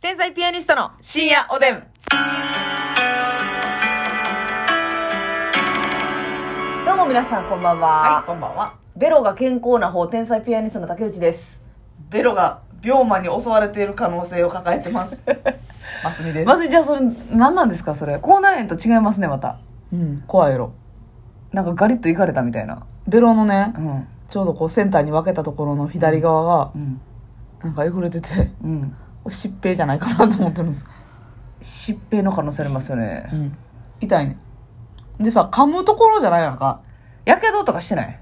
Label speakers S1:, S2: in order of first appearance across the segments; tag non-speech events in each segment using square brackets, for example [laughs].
S1: 天才ピアニストの
S2: 深夜おでん。
S1: どうも皆さんこんばん
S2: は
S1: は、
S2: い、こんばんは。
S1: ベロが健康な方天才ピアニストの竹内です
S2: ベロが病魔に襲われている可能性を抱えてます。マスミです。
S1: まずじゃあそれ何なんですかそれ口内炎と違いますねまた
S2: うん、怖いやろ。
S1: なんかガリッといかれたみたいな
S2: ベロのね
S1: う、ん
S2: ちょうどこうセンターに分けたところの左側が
S1: う、ん
S2: なんかえぐれてて、
S1: うん
S2: 疾病じゃないかなと思ってるんです。
S1: 疾病の可能性ありますよ
S2: う
S1: ね
S2: ん。痛いね。でさ、噛むところじゃないやんか。
S1: やけどとかしてない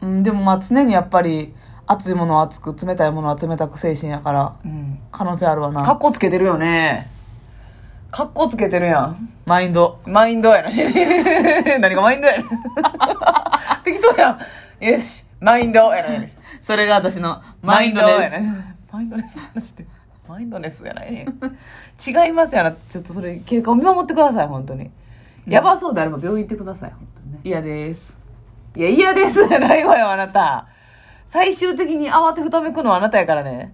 S2: うん、でもまあ常にやっぱり、熱いものは熱く、冷たいものは冷たく精神やから、
S1: うん
S2: 可能性あるわ
S1: か
S2: な。
S1: っこつけてるよねかっこつけてるやん
S2: マインド。
S1: マインドやなし [laughs] 何がマインドやねん [laughs] 適当やんよしマインドやなに
S2: それが私の
S1: マ
S2: マ
S1: イ
S2: イ
S1: ン
S2: ン
S1: ド
S2: ド
S1: ネス
S2: です。。
S1: マインドネス話して。マインドネスじゃない。違いますやな。ちょっとそれ、経過を見守ってください、本当に。やばそうであれば病院行ってください、本当にね。
S2: 嫌です。
S1: いや、嫌です [laughs] じゃないわよ、あなた。最終的に慌てふためくのはあなたやからね。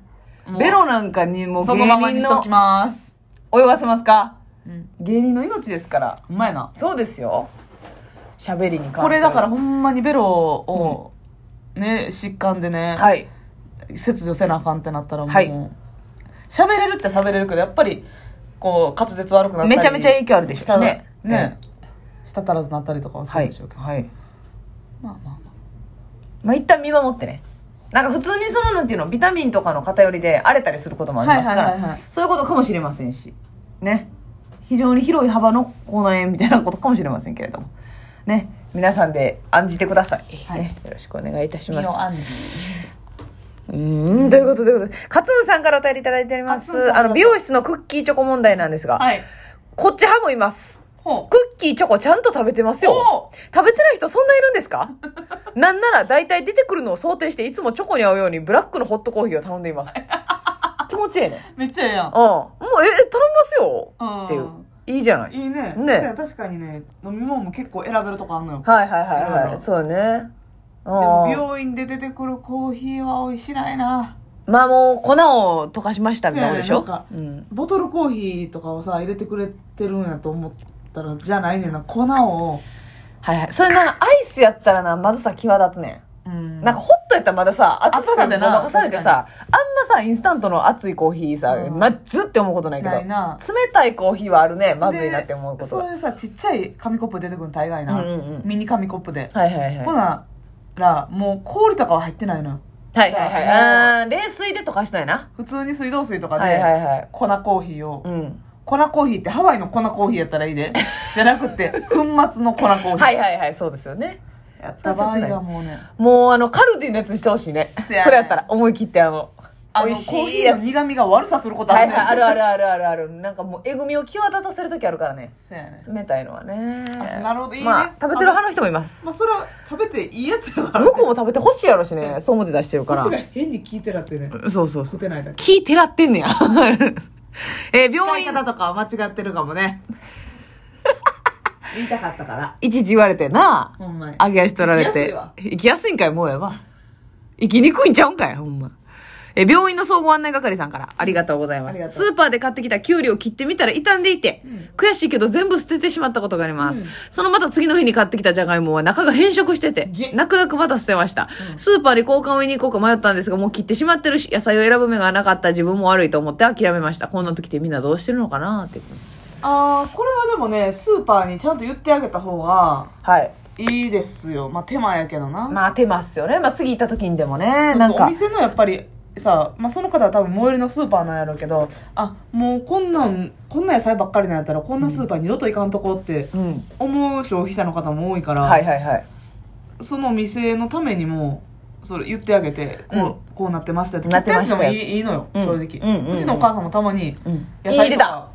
S1: ベロなんかにもう
S2: そ
S1: 芸
S2: のまま
S1: 人
S2: にしと
S1: の
S2: き、ます。
S1: 泳がせますか
S2: うん。
S1: 芸人の命ですから。
S2: うまいな。
S1: そうですよ。喋りに関する
S2: これだから、ほんまにベロを、ね、疾患でね、
S1: はい。
S2: 切除せなあかんってなったらもう、
S1: はい
S2: 喋れるっちゃ喋れるけど、やっぱり、こう、滑舌悪くなったり。
S1: めちゃめちゃ影響あるでしょうね
S2: ね。。ね。舌足らずなったりとかはす
S1: は
S2: る
S1: い
S2: でしょうけ。ど。
S1: はい。
S2: まあまあま
S1: まあ、一旦見守ってね。なんか普通にそのなんていうの、ビタミンとかの偏りで荒れたりすることもありますから、
S2: はいはいはいはい
S1: そういうことかもしれませんし、ね。非常に広い幅の口内炎みたいなことかもしれませんけれども、ね。皆さんで案じてください。
S2: はい
S1: ねよろしくお願いいたし
S2: あ。
S1: ま
S2: 身を
S1: す。
S2: 案じて。
S1: うーん、ということでございます。カツンさんからお便りいただいておりま
S2: カツン
S1: す。
S2: さん
S1: あの、美容室のクッキーチョコ問題なんですが、
S2: はい。
S1: こっち派もいます。
S2: ほう。
S1: クッキーチョコちゃんと食べてますよ。
S2: お
S1: 食べてない人そんないるんですか [laughs] なんなら大体出てくるのを想定していつもチョコに合うようにブラックのホットコーヒーを頼んでいます [laughs] 気持ちいいね
S2: めっちゃええや
S1: うん
S2: ん。
S1: もうええ頼みますよ
S2: うん
S1: っていういいじゃない
S2: いいね。
S1: ね
S2: 確かにね、飲み物も結構選べるとこあんのよ。
S1: はいはいはい
S2: い
S1: は
S2: ろい
S1: い
S2: ろ
S1: そうねう
S2: でも
S1: ん
S2: 病院で出てくるコーヒーは美味しないな
S1: まあもう粉を溶かしましたみたいなことでしょ
S2: そうやね
S1: うん
S2: ボトルコーヒーとかをさ入れてくれてるんやと思ったらじゃないねんな粉を
S1: はいはいそれなアイスやったらなまずさ際立つね
S2: う
S1: ん
S2: ん
S1: なんかホットやったらまださ熱さで
S2: 熱さでな
S1: ごまかされてさあんまさインスタントの熱いコーヒーさ
S2: うん
S1: まっずって思うことないけど
S2: ないな
S1: 冷たいコーヒーはあるねまずいなって思うこと
S2: そういうさちっちゃい紙コップ出てくるの大概な、
S1: うんうんうん
S2: ミニ紙コップで、
S1: はいはいはい。
S2: ほならもう氷とかは入ってないのよ
S1: はいはいはい。
S2: じゃ
S1: あー冷水でとかしないな。
S2: 普通に水道水とかで、
S1: はいはいはい。
S2: 粉コーヒーを、
S1: うん。
S2: 粉コーヒーってハワイの粉コーヒーやったらいいで [laughs] じゃなくて粉末の粉コーヒー、
S1: はいはいはい、そうですよね。
S2: やった場合がもうね
S1: もうあの、カルディのやつにしてほしいね。そ
S2: せやね
S1: れやったら、思い切ってあの、
S2: あ
S1: 美
S2: の
S1: 味し
S2: コー
S1: い
S2: ヒー
S1: や
S2: の
S1: つ。
S2: 苦味が悪さすることあ
S1: は
S2: る
S1: い
S2: ね
S1: はい、あるあるあるあるある。なんかもう、えぐみを際立たせるときあるからね。
S2: そうやね
S1: 冷たいのはね。
S2: あなるほどいいね
S1: まあ、食べてる派の人もいます
S2: まあ。それは食べていいやつだから、
S1: 向こうも食べてほしいやろしね。そう思って出してる
S2: こ
S1: から
S2: っち。が変に聞いてらってね
S1: そうそうそ
S2: 食
S1: う。
S2: てないだけ
S1: 聞いてらってんねや。 [laughs] えー
S2: 使
S1: 病
S2: い
S1: 院、
S2: 方とかは間違ってるかもね [laughs] 言いたかったから
S1: いちいち言われてな。
S2: ほんまに
S1: 揚げ足取られ
S2: 行きやす
S1: て
S2: いわ。
S1: 行きやすいんかい、もうやば。行きにくいんちゃうんかい、ほんま。え、病院の総合案内係さんからありがとうございま
S2: ありが
S1: す。
S2: とう
S1: スーパーで買ってきたキュウリを切ってみたら傷んでいて、悔しいけど全部捨ててしまったことがあります。そのまた次の日に買ってきたジャガイモは中が変色してて
S2: げ、
S1: 泣く泣くまた捨てました。スーパーに交換を言いに行こうか迷ったんですが、もう切ってしまってるし、野菜を選ぶ目がなかった自分も悪いと思って諦めました。こんな時ってみんなどうしてるのかなって。
S2: ああこれはでもねスーパーにちゃんと言ってあげた方が
S1: はい。
S2: いいですよまあ手間やけどな、
S1: まあ、手ますよね。まあ、次行った時にでもね、なん
S2: お
S1: か。
S2: 店のやっぱりさ、まあ、その方は多分最寄りのスーパーなんやろうけどあもうこんなんこんな野菜ばっかりなんやったらこんなスーパー二度と行かんとこって
S1: うん。
S2: 思う消費者の方も多いから、
S1: はいはいはい。
S2: その店のためにもそれ言ってあげてこう,、こうなってましたって
S1: なってましたよ
S2: 切やつでもいいいいのよ、
S1: うん
S2: 正直、
S1: うんうんうん
S2: ちのお母さんもたまに
S1: うん。
S2: 野菜
S1: いい出
S2: と
S1: た
S2: か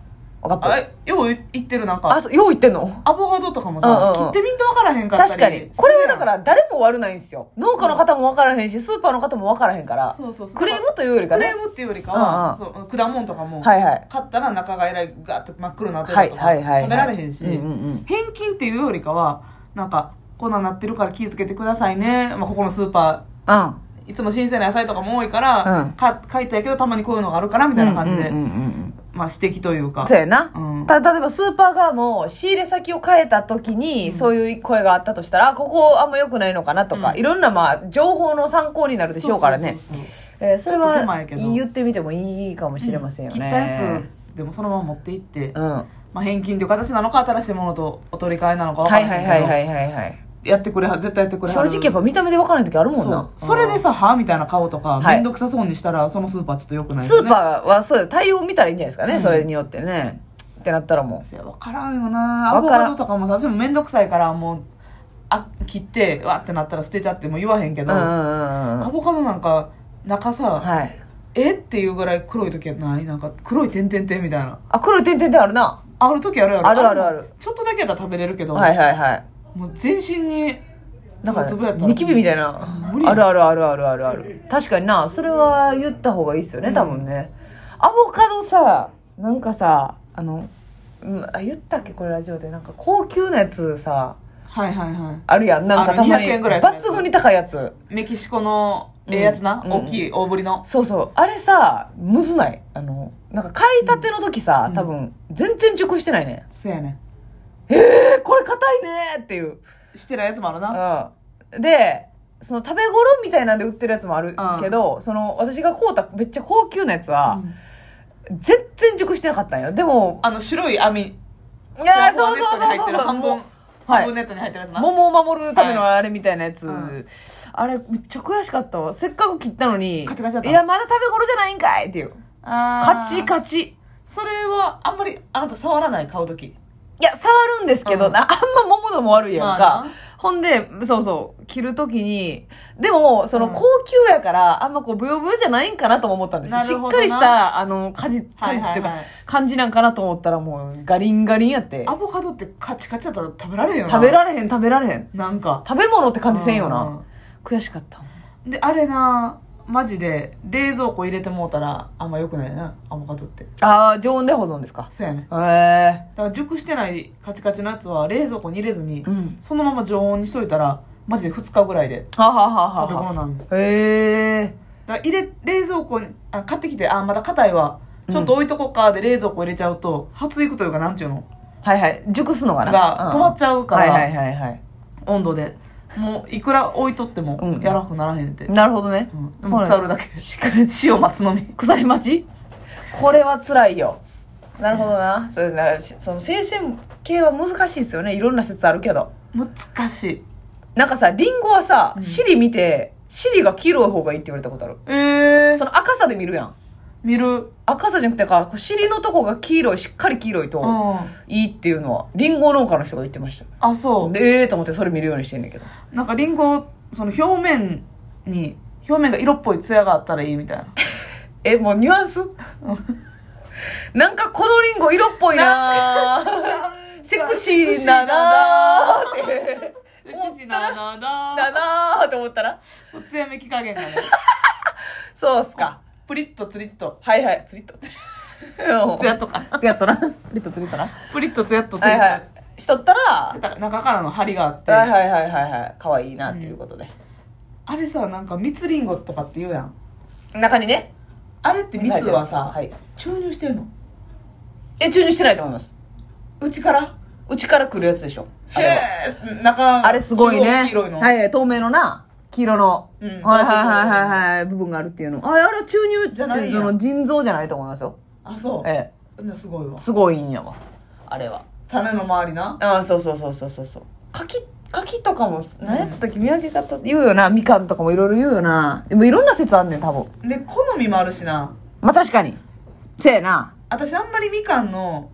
S1: 分かった
S2: あよう言ってるなん
S1: あ、
S2: か
S1: そうよう言ってんの
S2: アボカドとかもさ、
S1: うんうんうん
S2: 切ってみんと分からへんかったり
S1: 確かに。これはだからら誰も悪ないんですよ。農家の方も分からへんし、スーパーの方も分からへんから。
S2: そうそうそう
S1: クレームというよりか
S2: クレ
S1: ね
S2: ー。ムっていうよりかは、そう果物とかも、
S1: はいはい。
S2: 買ったら中がえらいガッと真っ黒になってるとか、
S1: はいはいはいはい
S2: 食べられへんし、
S1: うんうん
S2: 返金っていうよりかはなんかこんなんなってるから気ぃつけてくださいね、まあ、ここのスーパー
S1: うん。
S2: いつも新鮮な野菜とかも多いから、
S1: うん
S2: か書いたけどたまにこういうのがあるからみたいな感じで、
S1: うんうんうんうん
S2: まあ指摘というか
S1: そうやな、
S2: うん
S1: た例えばスーパー側も仕入れ先を変えた時にそういう声があったとしたら、あここあんま良くないのかなとか、
S2: うん
S1: いろんなまあ情報の参考になるでしょうからね
S2: そうそうそう
S1: えーそれ
S2: ちょっと手
S1: は
S2: 間やけど
S1: 言ってみてもいいかもしれませんよね、
S2: 切ったやつでもそのまま持って行って、
S1: うん
S2: まあ、返金という形なのか新しいものとお取り替えなのか分
S1: は
S2: か
S1: い
S2: らな
S1: はいい
S2: けど、
S1: はいはいはいはい
S2: やってくれは絶対やってくれ
S1: 正
S2: はる
S1: 直やっぱ見た目で分からない時あるもん
S2: そう
S1: な
S2: それでさ「は?」みたいな顔と
S1: は
S2: か
S1: い
S2: 面倒くさそうにしたらそのスーパーちょっとよくない
S1: スーパーはそうだ対応見たらいいんじゃないですかね、
S2: うん
S1: それによってねってなったらも
S2: ー分からんよなア
S1: わ
S2: ボ
S1: からん
S2: カドとかもさ私も面倒くさいからもうあ切ってわってなったら捨てちゃってもう言わへんけ
S1: う
S2: ど、
S1: うんうん
S2: ア
S1: うんうん
S2: ボカドなんか中さ、
S1: はい
S2: えっていうぐらい黒い時はないなんか黒い点々点みたいな
S1: あ黒い点々ってあるな
S2: ある時あるやろ
S1: あるあるある
S2: ちょっとだけやったら食べれるけど、
S1: はいはいはい
S2: もう全身に
S1: なんか
S2: つぶやったら
S1: ニキビみたいな
S2: 無理や
S1: あるあるあるあるあるある確かになそれは言った方がいいっすよね多分ね、アボカドさなんかさあの、うん、あ言ったっけこれラジオでなんか高級なやつさ
S2: はいはいは
S1: あるやんなんか
S2: あの
S1: たまに
S2: 200円ぐらいのやつ
S1: 抜群に高いやつ
S2: いメキシコのええやつな、
S1: うん
S2: 大きい大ぶりの
S1: そうそうあれさむずないあのなんか買いたての時さ、
S2: うん
S1: 多分全然熟してないね
S2: そうやね
S1: えこれ硬いねっていう、
S2: してないやつもあるな
S1: うん、でその食べ頃みたいなんで売ってるやつもあるけど、その私が買うためっちゃ高級なやつは、
S2: うん
S1: 全然熟してなかったんよでも
S2: あの白い網
S1: いやーそう
S2: ネッ
S1: そ
S2: ト
S1: う
S2: に入っ
S1: そう
S2: てる
S1: そう
S2: 半分
S1: もうは
S2: 半分
S1: い
S2: ネットに入ってるやつな
S1: 桃を守るためのあれみたいなやつ、
S2: はいうん
S1: あれめっちゃ悔しかったわせっかく切ったのに
S2: カチカチだった
S1: いやまだ食べ頃じゃないんかいっていうカ
S2: あー
S1: チカチ
S2: それはあんまりあなた触らない買う時
S1: いや、触るんですけど、
S2: うん
S1: なあんま揉むのも悪いやんか。
S2: まあな
S1: ほんで、そうそう、着るときに、でも、その
S2: うん
S1: 高級やから、あんまこう、ブヨブヨじゃないんかなとも思ったんです
S2: な
S1: し
S2: る
S1: っ
S2: ほどな
S1: かりした、あの、果実、果
S2: はい
S1: 実
S2: は
S1: とい
S2: いう
S1: か、
S2: はい
S1: 感じなんかなと思ったら、もう、ガリンガリンやって
S2: ア。ボカドってカチカチだったら食べられへんよな
S1: 食べられへん、食べられへん。
S2: なんか
S1: 食べ物って感じせんよな。
S2: う
S1: 悔しかった。
S2: んであれなマジで冷蔵庫入れてもうたらあんまよくないなアボカドって
S1: あー、常温で保存ですか。
S2: そうやね
S1: へえ
S2: だから熟してないカチカチのやつは冷蔵庫に入れずに、
S1: ー。うん。
S2: そのまま常温にしといたらマジで2日ぐらいで
S1: ははは
S2: 食べ
S1: はは
S2: 頃なんで
S1: は。へえ
S2: だから入れ冷蔵庫にあ買ってきてあまだ硬いわちょっと置いとこうかで冷蔵庫入れちゃうと発育というかなんちゅうの
S1: ー。はいはい。熟すのかな。
S2: が
S1: う
S2: 止
S1: ん
S2: まっちゃうから、
S1: はいはいはいはい。
S2: 温度でもういくら置いとっても
S1: うん
S2: やらくならへんって、
S1: なるほどね。
S2: うんでも腐るだけ
S1: しっかり
S2: [laughs] 塩待つのみ
S1: 腐り待ちこれは辛いよなるほどなそれなしその生鮮系は難しいですよねいろんな説あるけど
S2: 難しい
S1: なんかさリンゴはさ、
S2: うん
S1: シリ見てシリが黄色い方がいいって言われたことある
S2: ええ
S1: その赤さで見るやん
S2: 見る
S1: 赤さじゃなくてかこう尻のとこが黄色いしっかり黄色いうと
S2: ん
S1: いいっていうのはリンゴ農家の人が言ってました
S2: あそう
S1: でええー、と思ってそれ見るようにしてんねんけど
S2: なんかリンゴその表面に表面が色っぽい艶があったらいいみたいな
S1: えもうニュアンスなんかこのリンゴ色っぽい
S2: [laughs]
S1: なぁ [laughs] セクシーだなぁって
S2: セクシーだな
S1: だ
S2: だ
S1: なぁと思ったら
S2: 艶めき加減がね
S1: そうっす [laughs] か。
S2: プリッとツリッと
S1: はいはい、釣りと。
S2: ツヤ
S1: [laughs]
S2: とか
S1: つやっとな。釣りと釣りとな。
S2: プリッとツヤっとツ
S1: は
S2: リ
S1: いは
S2: ッ
S1: い。しとったら、
S2: とし
S1: は
S2: てた中からの張りがあっ
S1: い
S2: て、
S1: はいはいはいはい。可愛いなっていうことで。
S2: あれさなんか蜜リンゴとかって言うやん
S1: 中にね。
S2: あれって蜜はさ、
S1: はい。
S2: 注入してるの
S1: え、注入してないと思います。
S2: うちから
S1: うちから来るやつでしょ。あれは
S2: へえ中
S1: あれすごいね。
S2: 黄色いの、
S1: はい、透明のな。黄色の。
S2: うん
S1: はいはいはいはいはい。部分があるっていうの。あれ、あれは注入って
S2: じゃないんや
S1: その腎臓じゃないと思いますよ。
S2: あそう、
S1: え
S2: じゃあすごいわ
S1: え。すごいんやわ。あれは。
S2: 種の周りな
S1: ああそうそうそうそうそうそう柿柿とかも何やった時見分け方って言うよなみかんとかもいろいろ言うよなでもいろんな説あんねん多分
S2: で好みもあるしな
S1: まあ確かにせやな
S2: 私あんまりみかんの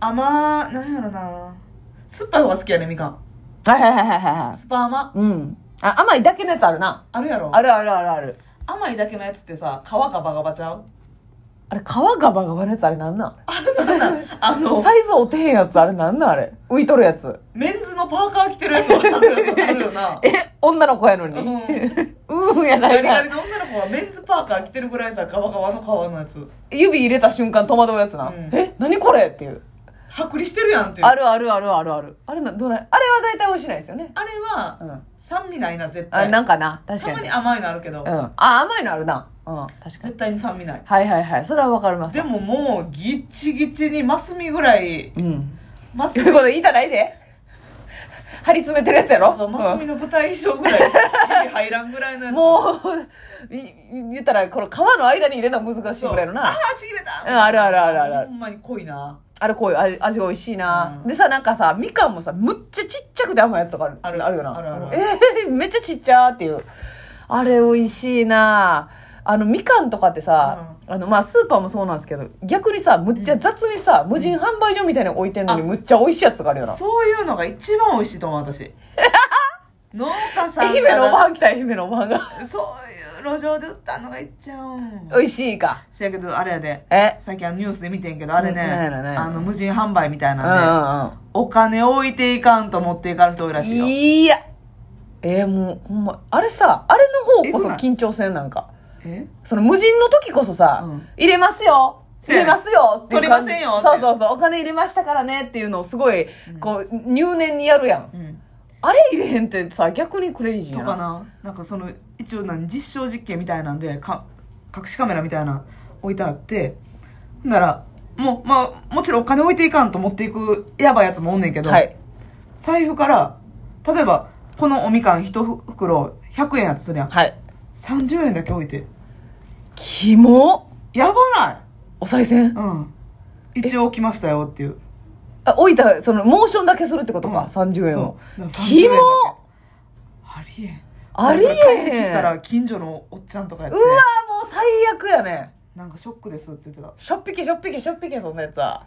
S2: 甘なんやろな酸っぱい方が好きやねみかん
S1: はいはいはいはいは
S2: スパ甘
S1: いうんあ甘いだけのやつあるな
S2: あるやろ
S1: あるあるあるある
S2: 甘いだけのやつってさ皮がバガバちゃう
S1: あれ皮がバガバのやつあれなんなん
S2: あの
S1: サイズおてへんやつあれなんなんあれ浮いとるやつ
S2: メンズのパーカー着てるやつわかるやるよな
S1: え女の子やのに [laughs] うんやな
S2: ガ
S1: い
S2: リガ
S1: か
S2: リの女の子はメンズパーカー着てるぐらいさガバガバの皮のやつ
S1: 指入れた瞬間戸惑うやつな、
S2: うん
S1: え何これっていう
S2: 剥離してるやんっていう
S1: あるあるあるあるある。あれな、どうないあれは大体美味しないですよね。
S2: あれは
S1: うん。
S2: 酸味ないな絶
S1: あ、
S2: 対
S1: なんかな。確
S2: た
S1: か
S2: ま
S1: に。
S2: に
S1: うん。
S2: 甘いのあるけど、
S1: あ、甘いのあるな。うん。確かに。
S2: 絶対に酸味ない
S1: はいはいはい。それはわかります。
S2: でももうギッチギチにマスミぐらい
S1: うん。
S2: マス
S1: そう
S2: ミ
S1: いうこと言いたないで。張り詰めてるやつやろ
S2: そうマスミの舞台衣装ぐらい指入らんぐらいの
S1: う
S2: や
S1: ん
S2: つ
S1: もう、いい言ったら、この皮の間に入れるの難しい
S2: そう
S1: ぐらいの
S2: あ
S1: な。
S2: あちぎれた
S1: うんあるあるあるあるある
S2: ほんまに濃いな
S1: あれこういう味味が美味しいな、
S2: うん
S1: でさ、なんかさ、みかんもさ、むっちゃちっちゃくて甘いやつとかある。
S2: ある
S1: よな。
S2: あるあるある
S1: えーめっ [laughs] ちゃちっちゃーっていう。あれ美味しいなあの、みかんとかってさ、あの、まあ、スーパーもそうなんですけど、逆にさ、むっちゃ雑にさ、無人販売所みたいに置いてんのに、
S2: あ
S1: むっちゃ美味しいやつがあるよな。
S2: そういうのが一番美味しいと思う
S1: [laughs]
S2: 私農家さん
S1: 愛媛のおば
S2: が
S1: はん来た愛媛のおばはんが。
S2: そういう路上で売ったのがいっちゃうん
S1: 美味しいか。
S2: せやけどあれやで
S1: え
S2: 最近あのニュースで見てんけどあれね
S1: うんないのないの
S2: あの無人販売みたい
S1: うん
S2: なんで、
S1: うんうん。
S2: お金置いていかんと持っていかれる人多いらしいよ
S1: いや。えー、もう、ほんま、あれさ、あれの方こそ
S2: えぐない
S1: 緊張せんなんか。
S2: え
S1: その無人の時こそさ、
S2: うん
S1: 入れますよ
S2: せ
S1: 入
S2: や
S1: れますよっていう感じ
S2: 取りませんよって
S1: そうそうそう、お金入れましたからねっていうのをすごい、こう、入念にやるやん。
S2: うん
S1: あれ入れへんってさ、逆にクレイジー
S2: と
S1: やな。
S2: かななんかその一応何実証実験みたいなんでか隠しカメラみたいなの置いてあってほんならもうまあもちろんお金置いていかんと持っていくやばいやつもおんねんけど、
S1: はい。
S2: 財布から例えばこのおみかん1袋100円やつするやん
S1: はい。
S2: 30円だけ置いて
S1: キモ
S2: やばない
S1: お賽銭
S2: うん一応置きましたよっていう
S1: あ、置いた、その、モーションだけするってことか、
S2: うん
S1: 30円を
S2: そうだ。から30
S1: キ
S2: 円だ
S1: モ
S2: けありえん
S1: ありえ
S2: 解
S1: へん
S2: 析したら近所のおっちゃんとかやっ
S1: う
S2: て
S1: わもう最悪やね。
S2: なんかショックですって言ってた
S1: しょっぴけしょっぴけしょっぴけ、そんなやつは。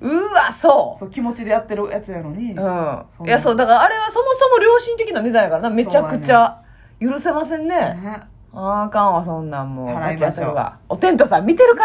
S1: うわ、そう。
S2: そう気持ちでやってるやつやのに、
S1: う
S2: そ
S1: ん。い
S2: んな
S1: や、そう、だからあれはそもそも良心的な値段やからな、めちゃくちゃ。許せませんね。
S2: ね
S1: あーあかんわ、そんなんもう。ガ
S2: 払いましょう
S1: チやってるわおテントさん見てるか